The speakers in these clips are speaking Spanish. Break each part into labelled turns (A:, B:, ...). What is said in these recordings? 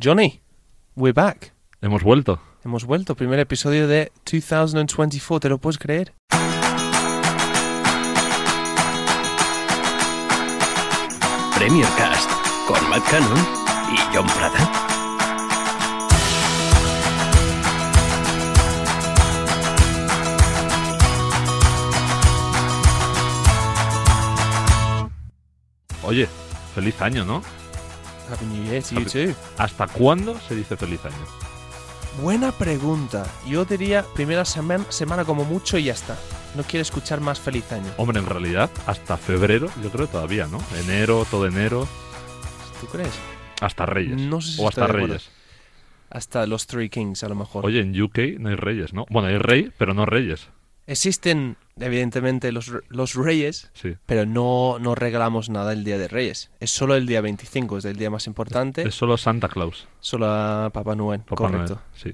A: Johnny, we're back.
B: Hemos vuelto.
A: Hemos vuelto. Primer episodio de 2024, ¿te lo puedes creer?
C: Premier Cast con Matt Cannon y John Prada.
B: Oye, feliz año, ¿no?
A: Happy New Year to you
B: Happy-
A: too.
B: ¿Hasta cuándo se dice feliz año?
A: Buena pregunta. Yo diría primera semen- semana como mucho y ya está. No quiero escuchar más feliz año.
B: Hombre, en realidad, hasta febrero, yo creo todavía, ¿no? Enero, todo enero,
A: ¿Tú crees?
B: hasta Reyes.
A: No sé si
B: o hasta
A: estoy de acuerdo.
B: Reyes.
A: Hasta los Three Kings, a lo mejor.
B: Oye, en UK no hay Reyes, ¿no? Bueno, hay Rey, pero no Reyes.
A: Existen, evidentemente, los, re- los reyes,
B: Sí.
A: pero no, no regalamos nada el día de reyes. Es solo el día 25, es el día más importante.
B: Es solo Santa Claus.
A: Solo a Papá Noel,
B: Papá Noel,
A: correcto.
B: Sí.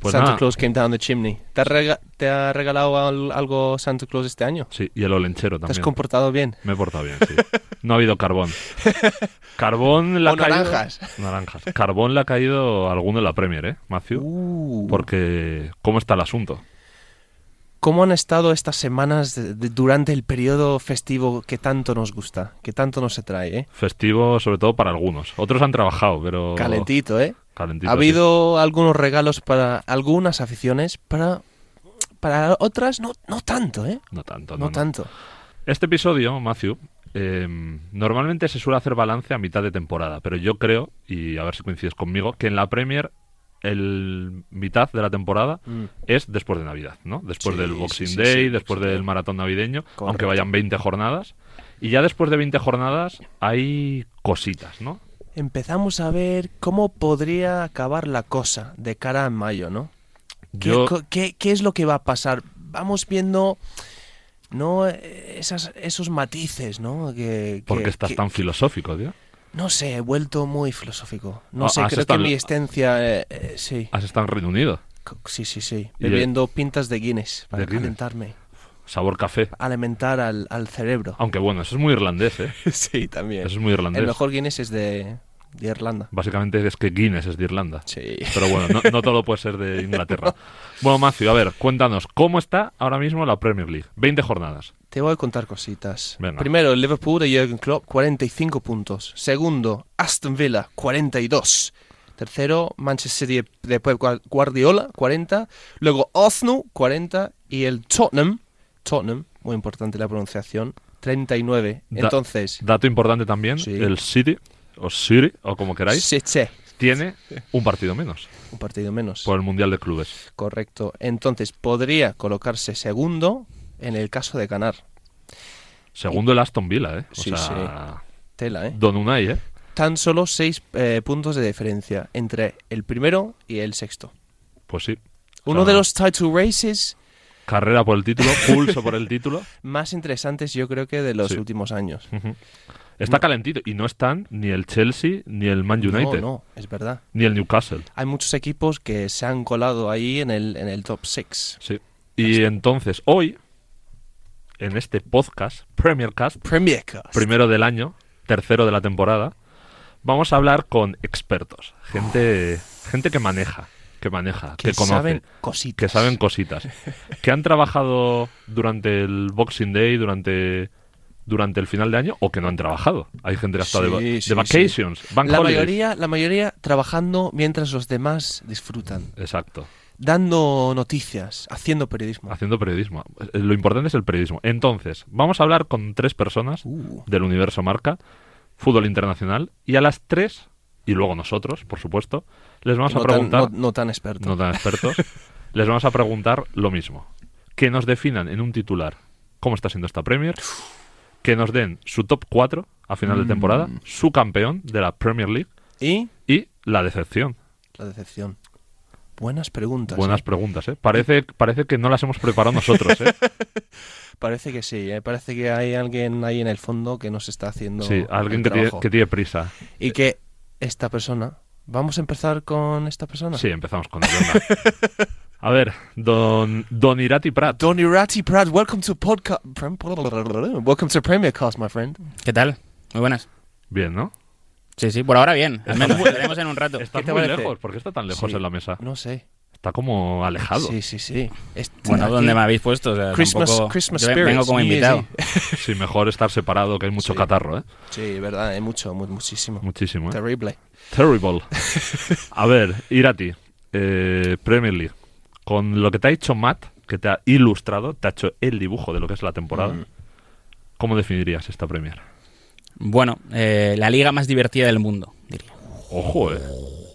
B: Pues
A: Santa
B: nada.
A: Claus came down the chimney. ¿Te ha, rega- te ha regalado al- algo Santa Claus este año?
B: Sí, y el olenchero
A: ¿Te has
B: también.
A: comportado bien?
B: Me he portado bien, sí. No ha habido carbón. Carbón la
A: O
B: ha caído-
A: naranjas.
B: Naranjas. Carbón le ha caído a alguno de la Premier, ¿eh, Matthew?
A: Uh.
B: Porque, ¿cómo está el asunto?
A: ¿Cómo han estado estas semanas de- de- durante el periodo festivo que tanto nos gusta, que tanto nos se trae? ¿eh?
B: Festivo, sobre todo para algunos. Otros han trabajado, pero.
A: Calentito, ¿eh?
B: Oh. Calentito,
A: Ha
B: sí.
A: habido algunos regalos para algunas aficiones, para, para otras no, no tanto, ¿eh?
B: No tanto,
A: No,
B: no, no.
A: tanto.
B: Este episodio, Matthew, eh, normalmente se suele hacer balance a mitad de temporada, pero yo creo, y a ver si coincides conmigo, que en la Premier el mitad de la temporada
A: Mm.
B: es después de Navidad, ¿no? Después
A: Sí,
B: del Boxing
A: sí, sí,
B: Day,
A: sí,
B: después
A: sí.
B: del maratón navideño, aunque
A: Correcto.
B: vayan 20 jornadas. Y ya después de 20 jornadas hay cositas, ¿no?
A: Empezamos a ver cómo podría acabar la cosa de cara a mayo, ¿no? ¿Qué,
B: Yo,
A: co- qué- qué es lo que va a pasar? Vamos viendo no Eh, esas, esos matices, ¿no? Que, que-
B: porque estás
A: que-
B: tan filosófico, tío.
A: No sé, he vuelto muy filosófico. No
B: Ah,
A: sé,
B: has
A: creo que
B: estado-
A: mi existencia... eh, eh, sí,
B: Has estado en Reino Unido.
A: Co- sí, sí, sí.
B: Ah. Y el-
A: Bebiendo pintas de Guinness para
B: de Guinness.
A: calentarme,
B: Sabor café.
A: alimentar al, al cerebro.
B: Aunque bueno, eso es muy irlandés, ¿eh?
A: sí, también.
B: Eso Ah. es muy irlandés.
A: El mejor Guinness es de, de Irlanda.
B: Básicamente es que Guinness es de Irlanda.
A: Sí.
B: Pero bueno, no, no todo puede ser de Inglaterra. Bueno, Matthew, a ver, cuéntanos, ¿cómo está ahora mismo la Premier League? 20 jornadas.
A: Te voy a contar cositas.
B: Venga.
A: Primero, el Liverpool de Jürgen Klopp, 45 puntos. Segundo, Aston Villa, 42. Tercero, Manchester City de Pep Guar- Guardiola, 40. Luego, Arsenal, 40. Y el Tottenham, Tottenham, muy importante la pronunciación, 39.
B: Da-
A: Entonces,
B: Dato importante también,
A: Sí.
B: el City, o City, o como queráis,
A: City,
B: tiene un partido menos
A: un partido menos.
B: por el Mundial de Clubes.
A: Correcto. Entonces, podría colocarse segundo en el caso de ganar.
B: Segundo el Aston Villa, ¿eh? O
A: Sí,
B: sea,
A: Tela, ¿eh?
B: Don Unai, ¿eh?
A: Tan solo 6 puntos de diferencia entre el primero y el sexto.
B: Pues sí. O
A: Uno
B: sea,
A: de los title races
B: Carrera por el título, pulso por el título.
A: más interesantes, yo creo que de los
B: Sí.
A: últimos años.
B: Ujú. Está calentito y no están ni el Chelsea, ni el Man United,
A: No, no, es verdad.
B: ni el Newcastle.
A: Hay muchos equipos que se han colado ahí en el, en el top 6.
B: Sí. Y entonces, hoy, en este podcast, Premiercast,
A: Premier Cast.
B: primero del año, tercero de la temporada, vamos a hablar con expertos, gente, gente que maneja, que maneja, que,
A: que
B: conoce,
A: saben cositas.
B: que saben cositas, que han trabajado durante el Boxing Day, durante durante el final de año o que no han trabajado. Hay gente que ha estado de, va-
A: Sí,
B: de
A: sí,
B: vacations, bank
A: la
B: holidays.
A: mayoría, la mayoría trabajando mientras los demás disfrutan,
B: Exacto,
A: dando noticias, haciendo periodismo.
B: haciendo periodismo. Lo importante es el periodismo. Entonces, vamos a hablar con tres personas
A: Uh,
B: del universo marca, fútbol internacional, y a las 3, y luego nosotros, por supuesto, les vamos
A: no,
B: a preguntar,
A: tan, no, no tan experto.
B: no tan expertos, les vamos a preguntar lo mismo. Que nos definan en un titular cómo está siendo esta Premier, que nos den su top 4 a final
A: Mm.
B: de temporada, su campeón de la Premier League
A: Y
B: y la decepción.
A: la decepción. Buenas preguntas.
B: Buenas preguntas, ¿eh? Parece, parece que no las hemos preparado nosotros, ¿eh?
A: Parece que sí, ¿eh? parece que hay alguien ahí en el fondo que nos está haciendo.
B: sí, alguien
A: el
B: que tiene,
A: trabajo.
B: que tiene prisa.
A: Y que esta persona. ¿Vamos a empezar con esta persona?
B: Sí, empezamos con el onda. A ver, don, don Irati Prat.
A: Don Irati Pratt, welcome to podcast. Welcome to Premier Cast, my friend.
D: ¿Qué tal? Muy buenas.
B: Bien, ¿no?
D: Sí, sí, por ahora bien. Al
B: Está
D: menos
B: muy-
D: lo veremos en un rato.
B: Está
A: ¿Qué te
B: muy
A: parece?
B: lejos. ¿Por qué está tan lejos
A: Sí.
B: en la mesa?
A: No sé.
B: Está como alejado.
A: Sí, sí, sí. Es-
D: Bueno,
A: aquí.
D: ¿dónde me habéis puesto? O sea,
A: Christmas,
D: tampoco-
A: Christmas
D: yo
A: Spirit.
D: vengo como
A: Sí,
D: invitado.
A: Sí,
B: Sí, mejor estar separado, que hay mucho
A: Sí.
B: catarro, ¿eh?
A: Sí, verdad, hay mucho, mu- muchísimo.
B: Muchísimo, ¿eh?
A: Terrible.
B: Terrible. A ver, Irati, eh, Premier League. Con lo que te ha hecho Matt, que te ha ilustrado, te ha hecho el dibujo de lo que es la temporada, ¿cómo definirías esta Premier?
D: Bueno, eh, la liga más divertida del mundo, diría.
B: Ojo, eh.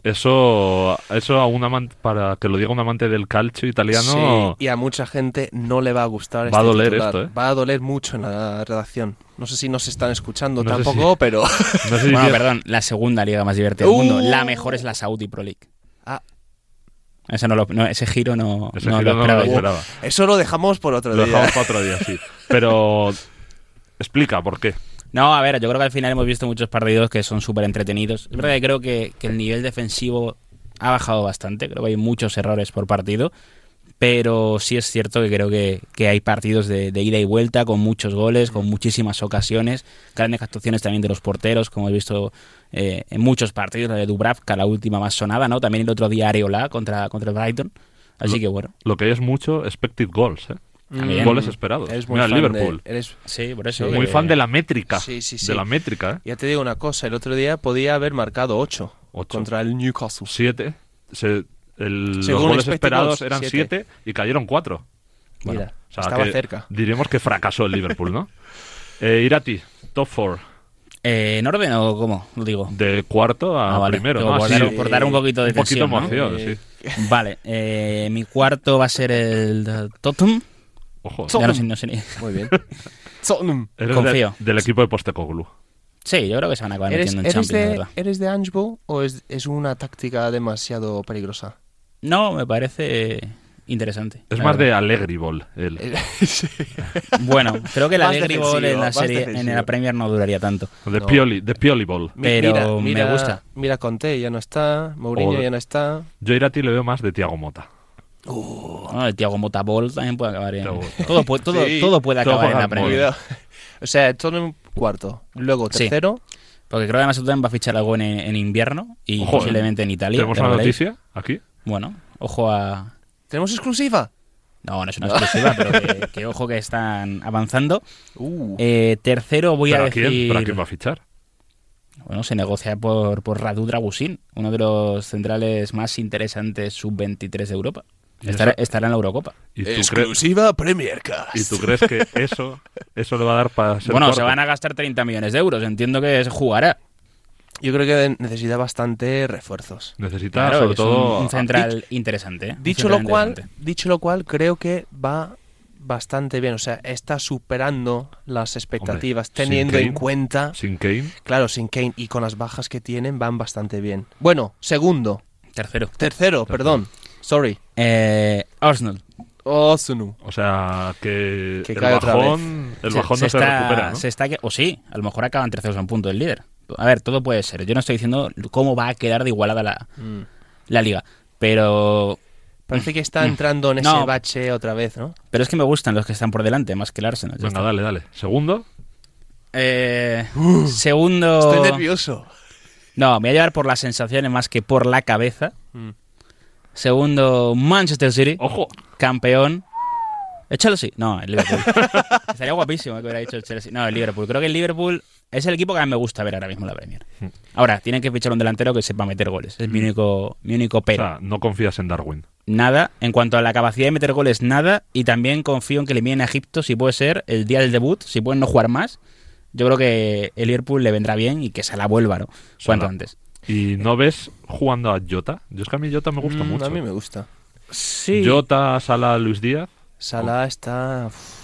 B: Eso, eso a un amante, para que lo diga un amante del calcio italiano,
A: Sí, y a mucha gente no le va a gustar.
B: Va a
A: este
B: doler
A: titular.
B: esto, ¿eh?
A: Va a doler mucho en la redacción. No sé si nos están escuchando
B: No sé
A: tampoco,
B: si-
A: pero.
B: no sé si
D: Bueno,
B: tiene-
D: perdón, la segunda liga más divertida del
A: Uh.
D: mundo. La mejor es la Saudi Pro League.
A: Ah.
D: Ese, no lo- no, ese giro no,
B: ese
D: no
B: giro
D: lo
B: no me
D: esperaba
B: lo
D: yo.
B: esperaba.
A: Eso lo dejamos por otro
B: Lo
A: día.
B: dejamos para otro día, sí. Pero explica por qué.
D: No, a ver, yo creo que al final hemos visto muchos partidos que son súper entretenidos. Es verdad que creo que, que el nivel defensivo ha bajado bastante. Creo que hay muchos errores por partido. Pero sí es cierto que creo que, que hay partidos de, de ida y vuelta con muchos goles, con muchísimas ocasiones. Grandes actuaciones también de los porteros, como he visto eh, en muchos partidos. La de Dubravka, la última más sonada, ¿no? También el otro día Areola contra, contra el Brighton. Así que bueno.
B: Lo que es mucho, expected goals, ¿eh?
D: También.
B: Goles esperados.
A: Eres muy
B: Mira,
A: fan
B: Liverpool.
A: de- eres-
D: Sí, por eso.
B: Muy
D: que-
B: fan de la métrica.
A: Sí, sí, sí.
B: De la métrica, ¿eh?
A: Ya te digo una cosa, el otro día podía haber marcado 8
B: Ocho.
A: contra el Newcastle.
B: Siete. Se- el- los
A: Según
B: goles
A: expected
B: esperados
A: goals,
B: eran
A: siete.
B: siete y cayeron cuatro.
A: Mira,
B: O sea,
A: estaba
B: que
A: cerca.
B: Diríamos que fracasó el Liverpool, ¿no? Eh, Irati, top four.
D: Eh, ¿En orden o cómo? Lo digo.
B: De cuarto a
D: Ah, vale.
B: primero,
D: Digo,
B: ¿no?
D: por,
B: Así,
D: dar,
A: sí.
D: por dar un poquito de
B: un poquito
D: tensión, ¿no?
B: emoción,
A: Eh,
B: sí.
D: Vale, eh, mi cuarto va a ser el Totem.
B: Ojo.
A: Top.
D: Ya no sé, no sé ni-
A: Muy bien. Tottenham.
B: Eres
D: Confío.
B: de- del equipo de Postecoglou.
D: Sí, yo creo que se van a acabar
A: ¿Eres,
D: metiendo en
A: eres
D: Champions, la
A: de,
D: verdad.
A: ¿Eres de Angebol o es, es una táctica demasiado peligrosa?
D: No, me parece interesante.
B: Es
D: la
B: más de
D: verdad.
B: Allegri Ball. él.
A: Eh, Sí.
D: Bueno, creo que la
A: Más
D: Allegri Ball en
A: defensivo,
D: la
A: más
D: serie, en
A: defensivo.
D: la Premier no duraría tanto.
B: De
A: No.
B: Pioli, de Pioli Ball.
A: Mi-
D: Pero me gusta.
A: Mira, Conte ya no está, Mourinho
B: Joder.
A: ya no está.
B: Yo a Irati le veo más de Tiago Mota.
D: No, el Thiago Mota Ball también puede acabar en...
B: Thiago Mota.
D: Todo, puede- todo,
A: Sí.
D: todo puede
B: Todo
D: acabar en
B: juega
D: la
B: muy
D: Premier.
B: bien.
A: Cuidado. O sea, Tottenham cuarto, luego
D: Sí.
A: tercero.
D: Porque creo que además el Tottenham va a fichar algo en, en invierno y
B: Ojo, ¿eh?
D: posiblemente en Italia.
B: Tenemos
D: ¿lo
B: una
D: veréis?
B: noticia aquí.
D: Bueno, ojo a,
A: ¿Tenemos exclusiva?
D: No, no es una exclusiva, pero que, que ojo que están avanzando.
A: Uh.
D: Eh, tercero voy
B: ¿Pero
D: a
B: a quién?
D: decir...
B: ¿Pero a quién va a fichar?
D: Bueno, se negocia por, por Radu Dragusin, uno de los centrales más interesantes sub-23 de Europa.
B: ¿Y
D: Estará,
B: eso?
D: estará en la Eurocopa.
B: ¿Y tú, crees,
A: exclusiva Premier Cast.
B: ¿Y tú crees que eso, eso le va a dar para ser
D: Bueno, se
B: cuarto?
D: van a gastar 30 millones de euros, entiendo que se jugará.
A: Yo creo que necesita bastante refuerzos.
B: Necesita
D: Claro,
B: sobre
D: es un-
B: todo...
D: un, central interesante. ¿eh? Un
A: Dicho
D: central
A: lo, cual,
D: interesante.
A: dicho lo cual, creo que va bastante bien. O sea, está superando las expectativas,
B: sin
A: teniendo en
B: Kane.
A: cuenta,
B: Sin Kane.
A: claro, sin Kane y con las bajas que tienen, van bastante bien. Bueno, segundo,
D: Tercero.
A: tercero, perdón. Sorry.
D: Eh, Arsenal.
A: Osunu.
B: O sea, que,
A: Que
B: el
A: cae otra
B: bajón, el bajón no se,
D: está-
B: recupera, ¿no?
D: se está que- o sí, a lo mejor acaban terceros en punto del líder. A ver, todo puede ser. Yo no estoy diciendo cómo va a quedar de igualada la,
A: Mm.
D: la liga. Pero
A: Parece que está entrando en ese
D: No.
A: bache otra vez, ¿no?
D: Pero es que me gustan los que están por delante, más que el Arsenal. ya
B: Venga,
D: está.
B: dale, dale. Segundo,
D: Eh, segundo.
A: Oh. nervioso.
D: No, me voy a llevar por las sensaciones más que por la cabeza.
A: Mm. Oh.
D: Segundo, Manchester City,
B: ojo,
D: campeón. ¿El Chelsea? No, el Liverpool. Estaría guapísimo que hubiera dicho el Chelsea. No, el Liverpool. Creo que el Liverpool es el equipo que a mí me gusta ver ahora mismo en la Premier.
A: Mm.
D: Ahora, tienen que fichar un delantero que sepa meter goles. Es mi único, mi único pero.
B: o sea, no confías en Darwin.
D: Nada. En cuanto a la capacidad de meter goles, nada. Y también confío en que eliminen a Egipto si puede ser el día del debut, si pueden no jugar más. Yo creo que el Liverpool le vendrá bien y que se la vuelva, ¿no? Cuanto
B: Salah.
D: antes.
B: ¿Y no ves jugando a Jota? Yo es que a mí Jota me gusta
A: Mm,
B: mucho.
A: a mí me gusta.
D: Sí.
B: Jota, Sala, Luis Díaz.
A: Salah está... uf,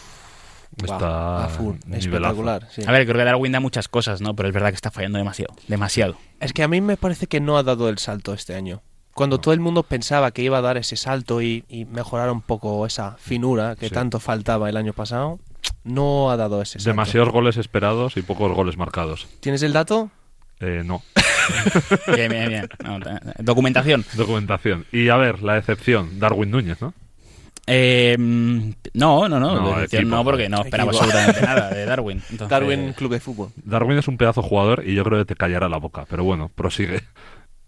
B: Está
A: guau, a full,
B: nivelazo.
A: espectacular. sí.
D: A ver, creo que Darwin da muchas cosas, ¿no? Pero es verdad que está fallando demasiado. Demasiado.
A: Es que a mí me parece que no ha dado el salto este año.
B: Ah.
A: Cuando todo el mundo pensaba que iba a dar ese salto y, y mejorar un poco esa finura que
B: Sí.
A: tanto faltaba el año pasado, no ha dado ese salto.
B: Demasiados goles esperados y pocos goles marcados.
A: ¿Tienes el dato?
B: Eh, no.
D: Bien, bien, bien. No, ta- documentación.
B: Documentación. Y a ver, la decepción. Darwin Núñez, ¿no?
D: Eh, mm, no, no, no.
B: No,
D: de- de-
B: equipo.
D: no, porque no esperaba
A: Equipo.
D: absolutamente nada de Darwin. Entonces,
A: Darwin, club de fútbol.
B: Darwin es un pedazo de jugador y yo creo que te callará la boca, pero bueno, prosigue.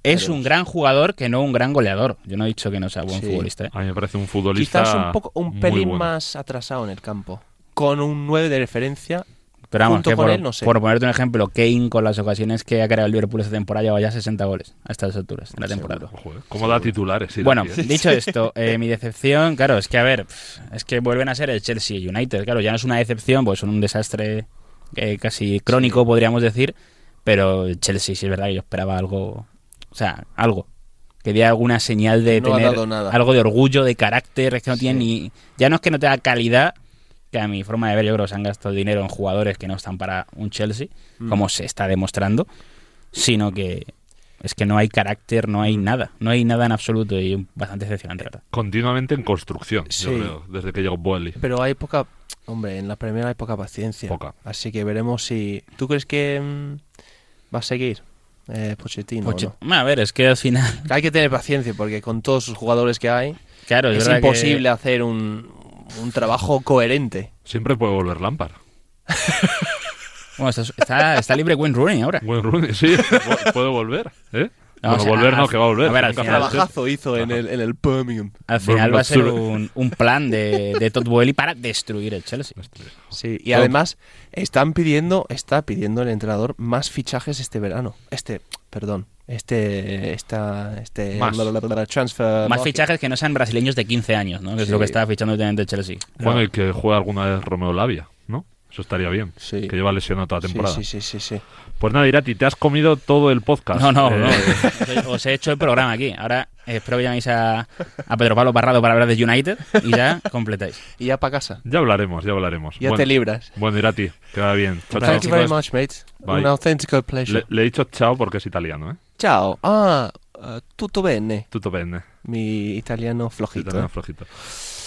D: Es un gran jugador que no un gran goleador. Yo no he dicho que no sea buen
A: Sí.
D: futbolista. ¿eh?
B: A mí me parece un futbolista.
A: Quizás un, poco, un
B: muy
A: pelín
B: bueno.
A: más atrasado en el campo. Con un 9 de referencia.
D: Pero vamos,
A: Junto
D: que
A: con
D: por,
A: él, no sé.
D: por ponerte un ejemplo, Kane con las ocasiones que ha creado el Liverpool esta temporada lleva ya 60 goles a estas alturas de la temporada.
B: Joder, ¿Cómo eh, da titulares? sí,
D: Bueno,
B: la tía.
D: dicho esto, eh, mi decepción, claro, es que a ver, pf, es que vuelven a ser el Chelsea y United, claro, ya no es una decepción, pues son un desastre eh, casi crónico, podríamos decir, pero el Chelsea sí es verdad que yo esperaba algo, o sea, algo, que diera alguna señal de
A: No ha
D: tener
A: dado nada.
D: algo de orgullo, de carácter, es que no
A: Sí.
D: tiene ni, ya no es que no tenga calidad, que a mi forma de ver yo creo que se han gastado dinero en jugadores que no están para un Chelsea,
A: mm,
D: como se está demostrando, sino que es que no hay carácter, no hay nada, no hay nada en absoluto y bastante decepcionante, la ¿verdad?
B: Continuamente en construcción, yo
A: Sí.
B: creo, desde que llegó Boeli.
A: Pero hay poca. Hombre, en la primera hay poca paciencia.
B: Poca.
A: Así que veremos si. ¿Tú crees que mm, va a seguir? Eh, Pochettino. o
D: Poche- Pues A ver, es que al final,
A: no? Hay que tener paciencia porque con todos sus jugadores que hay.
D: claro, es,
A: es
D: verdad que-
A: imposible hacer un, un trabajo coherente.
B: Siempre puede volver Lampard.
D: Bueno, está, está- está libre Wayne Rooney ahora.
B: Buen Rooney, sí, pu- puede volver. ¿eh?
D: No,
B: bueno,
D: o sea,
B: volver
D: a-
B: no, que va a volver.
D: a ver, al
B: Nunca
D: final-
B: fue antes.
A: Trabajazo hizo en el, en el Birmingham.
D: Al final va a ser
B: Bruno
D: un, un plan de, de Todd Boehly para destruir el Chelsea.
B: Pues,
A: Sí, y además están pidiendo, está pidiendo el entrenador más fichajes este verano. Este, perdón, este, esta, este
B: Más.
A: bla, bla, bla, bla, transfer.
D: Más
A: market.
D: fichajes que no sean brasileños de 15 años, ¿no? Que es
A: Sí.
D: lo que estaba fichando últimamente el Chelsea.
B: Bueno, y que juegue alguna vez Romeo Lavia, ¿no? Eso estaría bien.
A: Sí.
B: Que lleva lesionado toda la
A: Sí,
B: temporada.
A: Sí, sí, sí, sí.
B: Pues nada, Irati, te has comido todo el podcast.
D: No, no,
B: Eh,
D: no. Os- Os he hecho el programa aquí. Ahora eh, espero que llaméis a, a Pedro Pablo Parrado para hablar de United y ya completáis.
A: Y ya para casa.
B: Ya hablaremos, ya hablaremos.
A: Ya
B: bueno,
A: te libras.
B: bueno, Irati, queda bien. Chao,
D: Claro,
A: Thank you
B: chao.
A: very
D: chicos.
A: much, mate.
B: Bye.
A: Un auténtico
B: Le,
A: pleasure.
B: le he dicho chao porque es italiano, ¿eh?
A: Ciao. Ah, eh, tutto bene.
B: Tutto bene.
A: Mi italiano flojito.
B: Italiano flojito.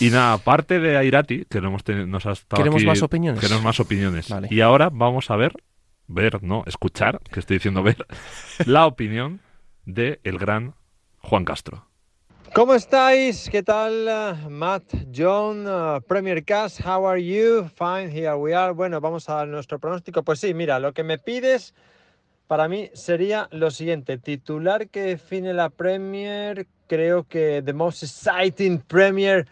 B: Y nada, aparte de Airati, que no hemos teni- nos ha estado
A: Queremos
B: aquí-
A: más opiniones.
B: Queremos más opiniones.
A: Vale.
B: Y ahora vamos a ver, ver, no, escuchar, que estoy diciendo ver, la opinión de el gran Juan Castro.
E: ¿Cómo estáis? ¿Qué tal? Uh, Matt, John, uh, Premier Cast, how are you? Fine, here we are. Bueno, vamos a nuestro pronóstico. Pues sí, mira, lo que me pides para mí sería lo siguiente. Titular que define la Premier, creo que the most exciting Premier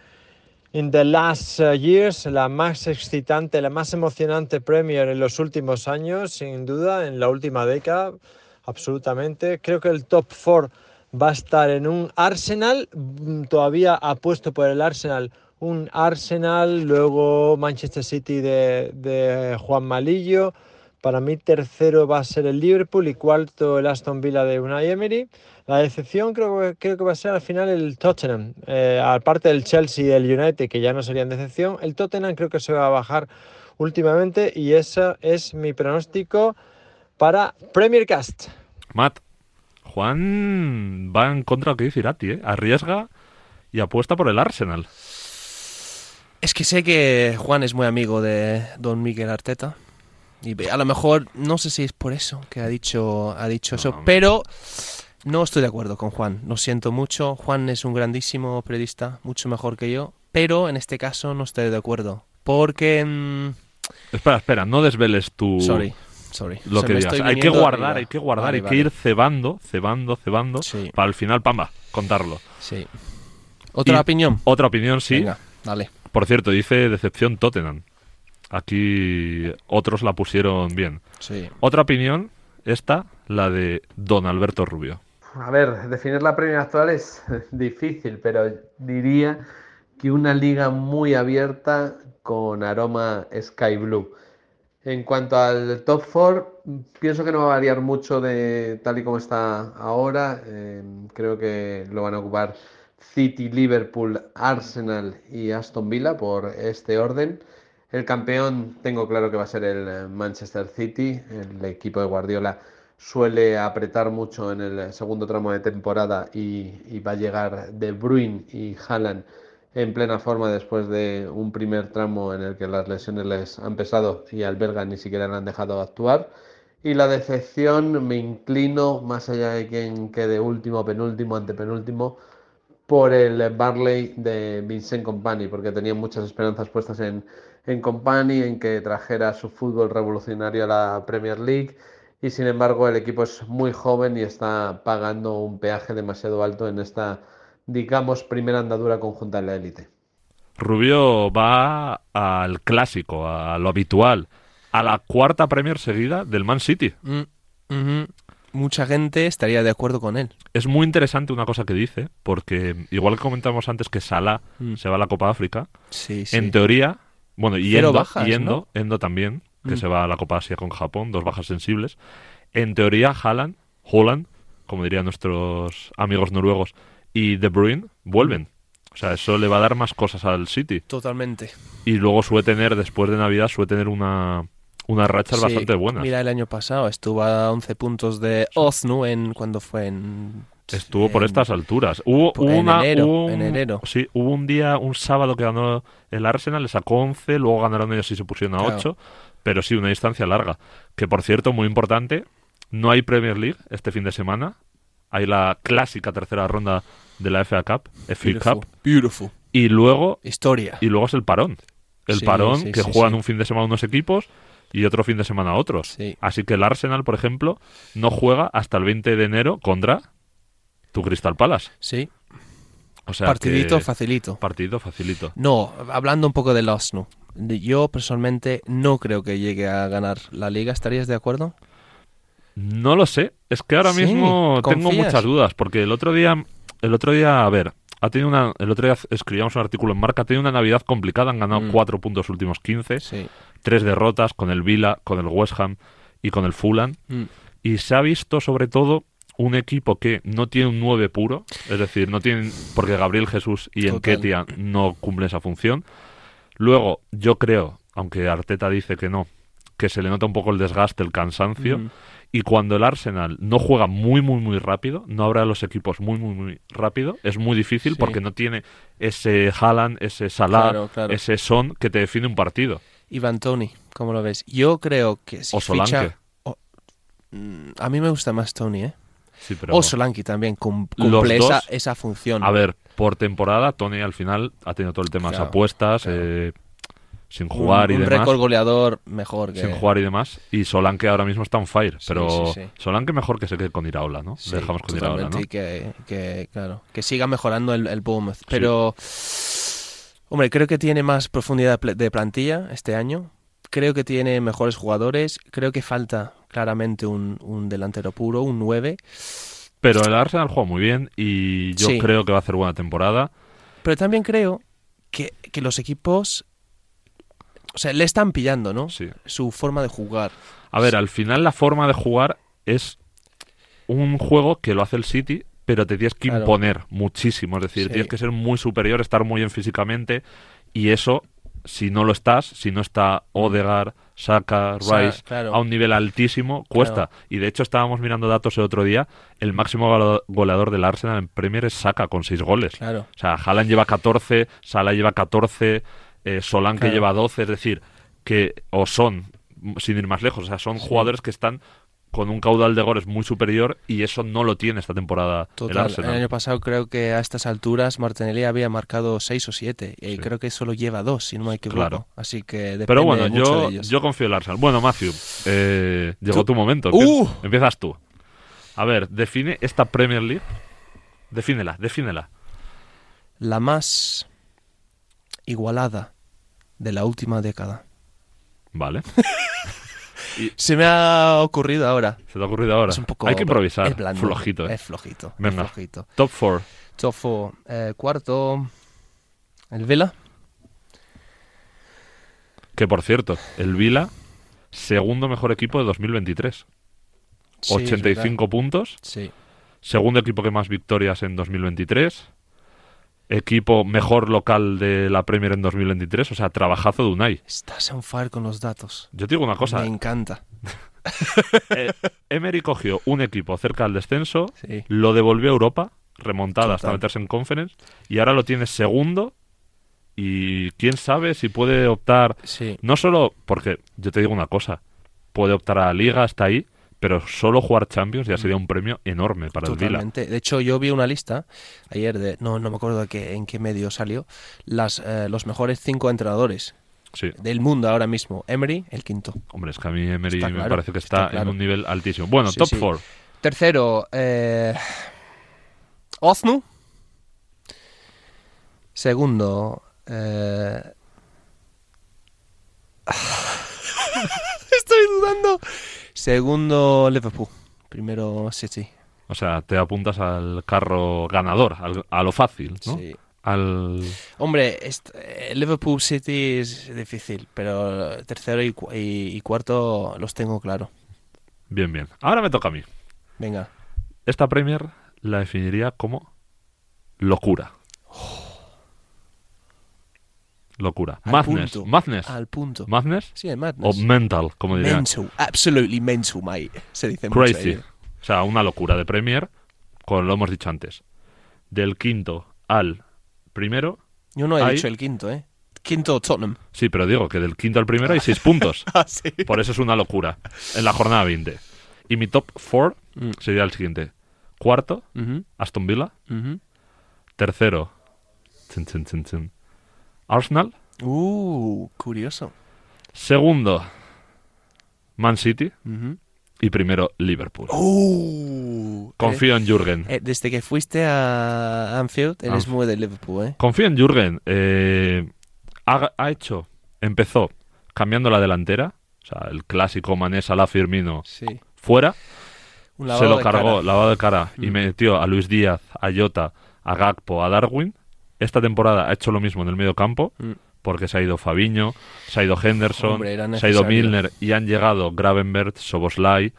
E: in the last uh, years, la más excitante, la más emocionante Premier en los últimos años, sin duda, en la última década, absolutamente. Creo que el top 4 va a estar en un Arsenal, mm, todavía apuesto por el Arsenal, un Arsenal, luego Manchester City de, de Juan Malillo. Para mí tercero va a ser el Liverpool y cuarto el Aston Villa de Unai Emery. La decepción creo, que- creo que va a ser al final el Tottenham. Eh, aparte del Chelsea y el United, que ya no serían decepción, el Tottenham creo que se va a bajar últimamente y ese es mi pronóstico para Premier Cast.
B: Matt, Juan va en contra de lo que dice Irati, ¿eh? Arriesga y apuesta por el Arsenal.
A: Es que sé que Juan es muy amigo de don Miguel Arteta. Y ve- a lo mejor, no sé si es por eso que ha dicho, ha dicho eso,
B: No.
A: pero no estoy de acuerdo con Juan. Lo siento mucho. Juan es un grandísimo periodista, mucho mejor que yo, pero en este caso no estoy de acuerdo. Porque. mm,
B: Espera, espera, no desveles tu...
A: sorry, sorry.
B: Uh. Lo
A: Se
B: que
A: me
B: digas.
A: estoy
B: Hay que
A: viniendo
B: guardar,
A: arriba.
B: hay que guardar,
A: Vale,
B: hay que
A: vale.
B: ir cebando, cebando, cebando,
A: Sí.
B: para al final, pamba, contarlo.
A: Sí. ¿Otra
B: Y-
A: opinión?
B: Otra opinión, sí.
A: Venga, dale.
B: Por cierto, dice decepción Tottenham. Aquí otros la pusieron bien.
A: Sí.
B: Otra opinión, esta, la de Don Alberto Rubio.
F: A ver, definir la Premier actual es difícil, pero diría que una liga muy abierta con aroma Sky Blue. En cuanto al top 4, pienso que no va a variar mucho de tal y como está ahora. Eh, creo que lo van a ocupar City, Liverpool, Arsenal y Aston Villa por este orden. El campeón tengo claro que va a ser el eh, Manchester City. El equipo de Guardiola suele apretar mucho en el segundo tramo de temporada y, y va a llegar De Bruyne y Haaland en plena forma después de un primer tramo en el que las lesiones les han pesado y al belga ni siquiera le han dejado actuar. Y la decepción me inclino, más allá de quien quede último, penúltimo, antepenúltimo, por el Barley de Vincent Company, porque tenía muchas esperanzas puestas en, en Company, en que trajera su fútbol revolucionario a la Premier League, y sin embargo el equipo es muy joven y está pagando un peaje demasiado alto en esta, digamos, primera andadura conjunta en la élite.
B: Rubio va al clásico, a lo habitual, a la cuarta Premier seguida del Man City.
A: Mm, mhm. Mucha gente estaría de acuerdo con él.
B: Es muy interesante una cosa que dice, porque igual que comentamos antes que Salah
A: Mm.
B: se va a la Copa África,
A: Sí, sí.
B: en teoría, bueno, y
A: Cero
B: Endo,
A: bajas,
B: y Endo- Endo también, que
A: Mm.
B: se va a la Copa Asia con Japón, dos bajas sensibles. En teoría, Haaland, Holland, como dirían nuestros amigos noruegos, y De Bruyne vuelven. O sea, eso le va a dar más cosas al City.
A: Totalmente.
B: Y luego suele tener, después de Navidad, suele tener una, unas rachas
A: Sí,
B: bastante buenas.
A: Mira, el año pasado estuvo a 11 puntos de Oznu en cuando fue en.
B: Estuvo por
A: en-
B: estas alturas. Hubo
A: por- Em, en
B: una,
A: enero,
B: hubo un,
A: en enero.
B: Sí, hubo un día, un sábado que ganó el Arsenal, le sacó 11, luego ganaron ellos y se pusieron a
A: Claro.
B: 8, pero sí, una distancia larga. Que por cierto, muy importante, no hay Premier League este fin de semana. Hay la clásica tercera ronda de la FA Cup, FA
A: Beautiful.
B: Cup,
A: Beautiful.
B: y luego,
A: Historia.
B: y luego es el parón. El
A: Sí,
B: parón
A: sí,
B: que
A: sí,
B: juegan
A: sí.
B: un fin de semana unos equipos y otro fin de semana otros.
A: Sí.
B: Así que el Arsenal, por ejemplo, no juega hasta el 20 de enero contra tu Crystal Palace.
A: Sí.
B: O sea,
A: Partidito
B: que-
A: facilito.
B: Partidito facilito.
A: No, hablando un poco del Oznu. Yo personalmente no creo que llegue a ganar la liga. ¿Estarías de acuerdo?
B: No lo sé. Es que ahora
A: Sí,
B: mismo tengo
A: ¿confías?
B: muchas dudas. Porque el otro día, el otro día, a ver, ha tenido una. El otro día escribíamos un artículo en marca, ha tenido una Navidad complicada, han ganado
A: Mm.
B: cuatro puntos últimos 15,
A: Sí.
B: tres derrotas con el Vila, con el West Ham y con el Fulham.
A: Mm.
B: Y se ha visto sobre todo un equipo que no tiene un 9 puro, es decir, no tienen porque Gabriel Jesús y
A: Total.
B: Enketia no cumplen esa función. Luego, yo creo, aunque Arteta dice que no, que se le nota un poco el desgaste, el cansancio,
A: Mm.
B: y cuando el Arsenal no juega muy, muy, muy rápido, no habrá los equipos muy, muy, muy rápido, es muy difícil
A: Sí.
B: porque no tiene ese Haaland, ese Salah,
A: Claro, claro.
B: ese Son que te define un partido.
A: Iván Tony, ¿cómo lo ves? Yo creo que si
B: O Solanke.
A: ficha- o- Mm, A mí me gusta más Tony, ¿eh?
B: Sí, pero
A: o Solanke también cum-
B: Los
A: cumple
B: dos-
A: esa, esa función.
B: A ver, por temporada, Tony al final ha tenido todo el tema de las
A: Claro,
B: apuestas,
A: claro.
B: eh, sin jugar
A: un,
B: y
A: un
B: demás.
A: récord goleador mejor que
B: Sin jugar y demás. Y Solanke ahora mismo está on fire.
A: Sí,
B: Pero
A: sí, sí.
B: Solanke mejor que se quede con Iraola, ¿no?
A: Sí,
B: Le dejamos con Iraola,
A: totalmente,
B: ¿no?
A: y que, que, claro, que siga mejorando el, el Bournemouth. Pero, hombre, creo que tiene más profundidad pl- de plantilla este año. Creo que tiene mejores jugadores. Creo que falta claramente un, un delantero puro, un 9.
B: Pero el Arsenal juega muy bien y yo
A: Sí.
B: creo que va a hacer buena temporada.
A: Pero también creo que, que los equipos. O sea, le están pillando, ¿no?
B: Sí.
A: Su forma de jugar.
B: A ver, al final la forma de jugar es un juego que lo hace el City, pero te tienes que
A: Claro.
B: imponer muchísimo. Es decir,
A: Sí.
B: tienes que ser muy superior, estar muy bien físicamente. Y eso, si no lo estás, si no está Odegar, Saka,
A: O sea,
B: Rice,
A: claro.
B: a un nivel altísimo, cuesta. Y de hecho, estábamos mirando datos el otro día. El máximo gola- goleador del Arsenal en Premier es Saka, con seis goles.
A: Claro.
B: O sea, Haaland lleva 14, Salah lleva 14, eh, Solanke
A: Claro.
B: lleva 12, es decir, que o son, m- sin ir más lejos, o sea, son jugadores que están con un caudal de goles muy superior y eso no lo tiene esta temporada el
A: Total. El,
B: Arsenal.
A: año pasado creo que a estas alturas Martinelli había marcado 6 o 7. Y
B: Sí.
A: creo que solo lleva 2, si no me equivoco.
B: Claro.
A: Así que depende
B: Pero bueno,
A: mucho de
B: yo,
A: ellos.
B: yo confío en el Arsenal. Bueno, Matthew, eh, llegó
A: Tú-
B: tu momento.
A: ¡Uh!
B: Empie- Empiezas tú. A ver, define esta Premier League. Defínela, defínela.
A: La más igualada de la última década.
B: Vale.
A: Se me ha ocurrido ahora.
B: Se te ha ocurrido ahora.
A: Es un poco.
B: Hay que improvisar.
A: Es blando,
B: Flojito. eh.
A: Es flojito. es
B: Venga.
A: flojito.
B: Top 4.
A: Top four. Eh, cuarto. El Vela.
B: Que por cierto, el Vila, segundo mejor equipo de 2023.
A: Sí, es verdad.
B: 85 puntos.
A: Sí.
B: Segundo equipo que más victorias en 2023. Equipo mejor local de la Premier en 2023. O sea, trabajazo de Unai.
A: Estás on fire con los datos.
B: Yo te digo una cosa.
A: Me encanta.
B: eh, Emery cogió un equipo cerca del descenso,
A: Sí.
B: lo devolvió a Europa, remontada hasta
A: Total.
B: meterse en Conference, y ahora lo tiene segundo. Y quién sabe si puede optar
A: Sí.
B: No solo porque, yo te digo una cosa, puede optar a la liga, hasta ahí, Pero solo jugar Champions ya sería un premio enorme para el Vila.
A: Totalmente. De hecho, yo vi una lista ayer de, no, no me acuerdo de qué- en qué medio salió, las, eh, los mejores cinco entrenadores
B: Sí.
A: del mundo ahora mismo. Emery, el quinto.
B: Hombre, es que a mí Emery
A: Está
B: me
A: claro,
B: parece que está,
A: está claro.
B: en un nivel altísimo. Bueno,
A: Sí,
B: top
A: sí.
B: 4.
A: Tercero, eh, Oznu. Segundo, eh, estoy dudando. Segundo, Liverpool. Primero, City.
B: O sea, te apuntas al carro ganador, al- a lo fácil, ¿no?
A: Sí.
B: Al...
A: Hombre, est- eh, Liverpool City es difícil, pero tercero y, cu- y- y cuarto los tengo claro.
B: Bien, bien. Ahora me toca a mí.
A: Venga,
B: Esta Premier la definiría como locura. Locura.
A: Oh. al
B: Madness.
A: punto.
B: Madness.
A: Al punto.
B: Madness
A: sí, el
B: o
A: madness.
B: mental, como dirían.
A: mental, absolutely mental, mate. Se dice mucho
B: Crazy.
A: ahí. eh.
B: O sea, una locura de Premier, como lo hemos dicho antes. Del quinto al primero.
A: Yo no he
B: Ahí.
A: dicho el quinto, ¿eh? Quinto Tottenham.
B: Sí, pero digo que del quinto al primero hay seis puntos.
A: Ah, sí.
B: Por eso es una locura. En la jornada 20. Y mi top 4
A: Mm.
B: sería el siguiente. Cuarto, Aston Villa. Tercero, chin, chin, chin, chin, Arsenal.
A: Uh, curioso.
B: Segundo, Man City. Y primero, Liverpool.
A: Uh,
B: Confío en Jürgen.
A: eh, eh, desde que fuiste a Anfield, eres
B: Anf-
A: muy de Liverpool, ¿eh?
B: Confío en Jürgen. Eh, ha, ha hecho, empezó cambiando la delantera. O sea, el clásico Mané Salah Firmino
A: Sí.
B: fuera.
A: Un
B: se
A: lavado
B: lo
A: de
B: cargó,
A: cara. Mm.
B: lavado de cara, y metió a Luis Díaz, a Jota, a Gakpo, a Darwin. Esta temporada ha hecho lo mismo en el medio campo,
A: Mm,
B: porque se ha ido Fabiño, se ha ido Henderson,
A: Hombre, era
B: se ha ido
A: necesario.
B: Milner, y han llegado Gravenberg, Soboslai,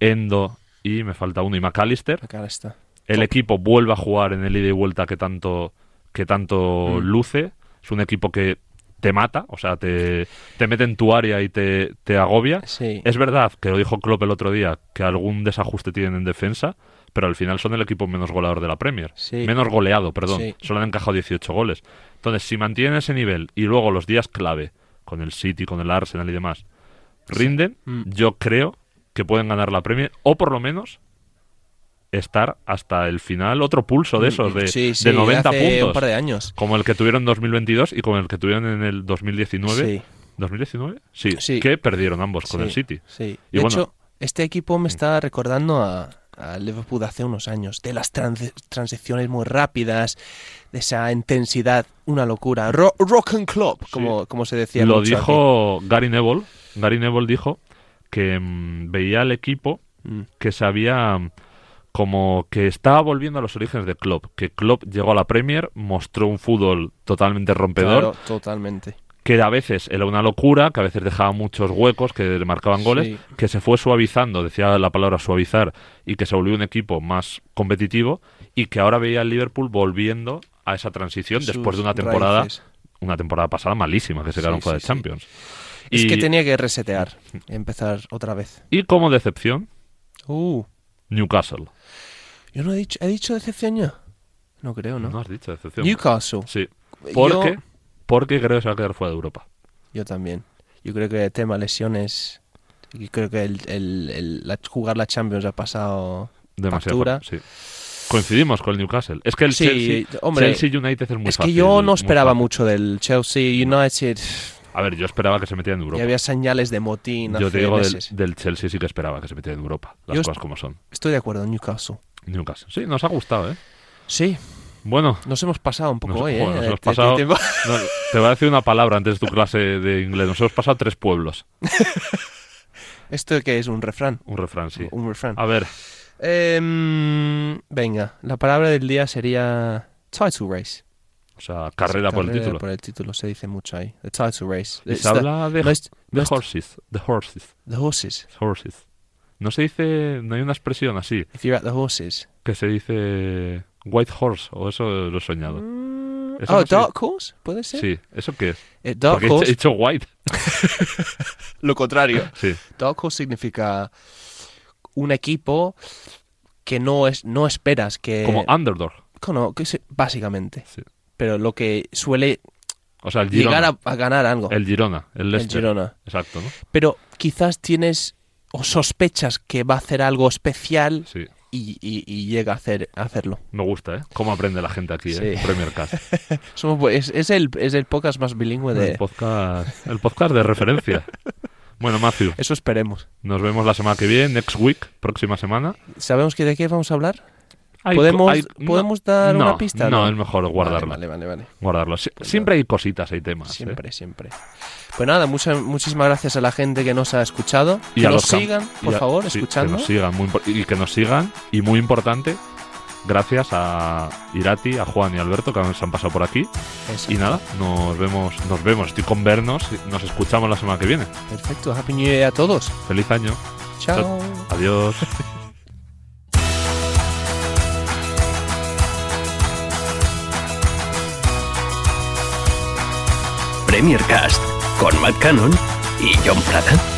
B: Endo, y me falta uno, y McAllister.
A: La cara está.
B: El equipo vuelve a jugar en el ida y vuelta que tanto, que tanto luce. Es un equipo que te mata, o sea, te, te mete en tu área y te, te agobia.
A: Sí.
B: Es verdad que lo dijo Klopp el otro día, que algún desajuste tienen en defensa, pero al final son el equipo menos goleador de la Premier.
A: Sí.
B: Menos goleado, perdón.
A: Sí.
B: Solo han encajado 18 goles. Entonces, si mantienen ese nivel y luego los días clave, con el City, con el Arsenal y demás, rinden,
A: Mm.
B: yo creo que pueden ganar la Premier o por lo menos estar hasta el final otro pulso de esos, de,
A: Mm, Sí, sí,
B: de 90
A: hace
B: puntos.
A: un par de años.
B: Como el que tuvieron en 2022 y como el que tuvieron en el 2019.
A: Sí.
B: ¿2019? Sí,
A: Sí.
B: que perdieron ambos con
A: Sí,
B: el City.
A: Sí.
B: Y
A: de
B: bueno-
A: hecho, este equipo me está recordando a, a Liverpool de hace unos años, de las trans- transiciones muy rápidas, de esa intensidad, una locura. Ro- rock and club, como, como se decía.
B: Lo
A: mucho
B: dijo Gary Neville. Gary Neville dijo que mm, veía al equipo
A: aquí. Mm.
B: que sabía mm, como que estaba volviendo a los orígenes de Klopp, que Klopp llegó a la Premier, mostró un fútbol totalmente rompedor,
A: Claro, totalmente.
B: que a veces era una locura, que a veces dejaba muchos huecos, que le marcaban goles,
A: Sí.
B: que se fue suavizando, decía la palabra suavizar, y que se volvió un equipo más competitivo, y que ahora veía al Liverpool volviendo a esa transición después de
A: Sus
B: una temporada,
A: raíces.
B: una temporada pasada malísima, que
A: Sí,
B: se quedaron fuera
A: sí, sí.
B: de Champions.
A: Es
B: Y-
A: que tenía que resetear, empezar otra vez.
B: Y como decepción,
A: Uh,
B: Newcastle.
A: yo no he dicho, ¿he dicho decepción ya? No creo,
B: No
A: ¿no?
B: has dicho decepción.
A: Newcastle,
B: Sí.
A: Yo-
B: Porque, porque creo que se va a quedar fuera de Europa.
A: yo también. Yo creo que el tema lesiones, y creo que el, el- el- la- jugar la Champions ha pasado
B: Demasiado.
A: factura.
B: Sí. Coincidimos con el Newcastle. Es que el
A: Sí,
B: Chelsea,
A: hombre.
B: Chelsea United es muy
A: es que
B: fácil,
A: yo no
B: muy
A: esperaba
B: fácil.
A: mucho del Chelsea United.
B: A ver, yo esperaba que se metiera en Europa.
A: Y había señales de motín.
B: Yo
A: hace
B: te digo, del,
A: meses.
B: del Chelsea sí que esperaba que se metiera en Europa. Las
A: Yo
B: cosas como son.
A: Estoy de acuerdo, Newcastle.
B: Newcastle. Sí, nos ha gustado, ¿eh?
A: Sí,
B: Bueno.
A: nos hemos pasado un poco
B: nos-
A: hoy,
B: joder,
A: ¿eh?
B: nos hemos
A: Te- te-
B: pasado-
A: te-
B: no, te voy a decir una palabra antes de tu clase de inglés. Nos hemos pasado tres pueblos.
A: Esto que es un refrán.
B: Un refrán, sí. Ah.
A: Un refrán.
B: A ver,
A: Em, venga, la palabra del día sería title race.
B: o sea, carrera por el
A: Carrera
B: título.
A: Por el título se dice mucho ahí. The title race.
B: Y
A: It's
B: se habla de,
A: no es-
B: de
A: no es-
B: horses. The horses.
A: the horses.
B: Horses. No se dice. No hay una expresión así
A: If you're at the horses.
B: que se dice white horse o eso lo he soñado. Eso
A: oh,
B: no se-
A: dark horse, puede ser.
B: Sí, ¿eso qué es?
A: Eh, dark
B: Porque he dicho-
A: horse.
B: he dicho white.
A: Lo contrario.
B: Sí.
A: Dark horse significa un equipo que no es no esperas que
B: Como underdog.
A: Cono- que se- básicamente.
B: Sí.
A: Pero lo que suele
B: O sea, el Girona.
A: llegar a, a ganar algo.
B: El Girona, el
A: El
B: Leicester.
A: Girona.
B: Exacto, ¿no?
A: Pero quizás tienes o sospechas que va a hacer algo especial
B: Sí,
A: y, y- y llega a, hacer, a hacerlo.
B: me gusta, ¿eh? Cómo aprende la gente aquí, ¿eh?
A: Sí.
B: Premier Cast.
A: Somos bu- es, es el, es el podcast más bilingüe
B: El
A: de...
B: podcast, el podcast de referencia. Bueno, Matthew,
A: Eso esperemos.
B: nos vemos la semana que viene, next week, próxima semana.
A: ¿Sabemos que de qué vamos a hablar?
B: Hay co-
A: ¿Podemos,
B: hay- no,
A: ¿podemos dar
B: no,
A: una pista?
B: No, es mejor guardarlo.
A: Vale, vale, vale. vale.
B: guardarlo. Sie- siempre hay cositas, hay temas. ¿eh?
A: Siempre, siempre. Pues nada, muchas muchísimas gracias a la gente que nos ha escuchado.
B: Y
A: que
B: a
A: nos
B: los cam-
A: sigan,
B: y
A: por
B: a-
A: favor,
B: sí,
A: escuchando.
B: Que nos sigan, muy, impor- y que nos sigan. Y muy importante, gracias a Irati, a Juan y Alberto que se han pasado por aquí.
A: Eso.
B: Y nada, nos vemos, nos vemos. Estoy con vernos. y Nos escuchamos la semana que viene.
A: Perfecto. Happy New Year a todos.
B: Feliz año.
A: Chao.
B: Adiós.
C: Premier Cast con Matt Cannon y John Prada.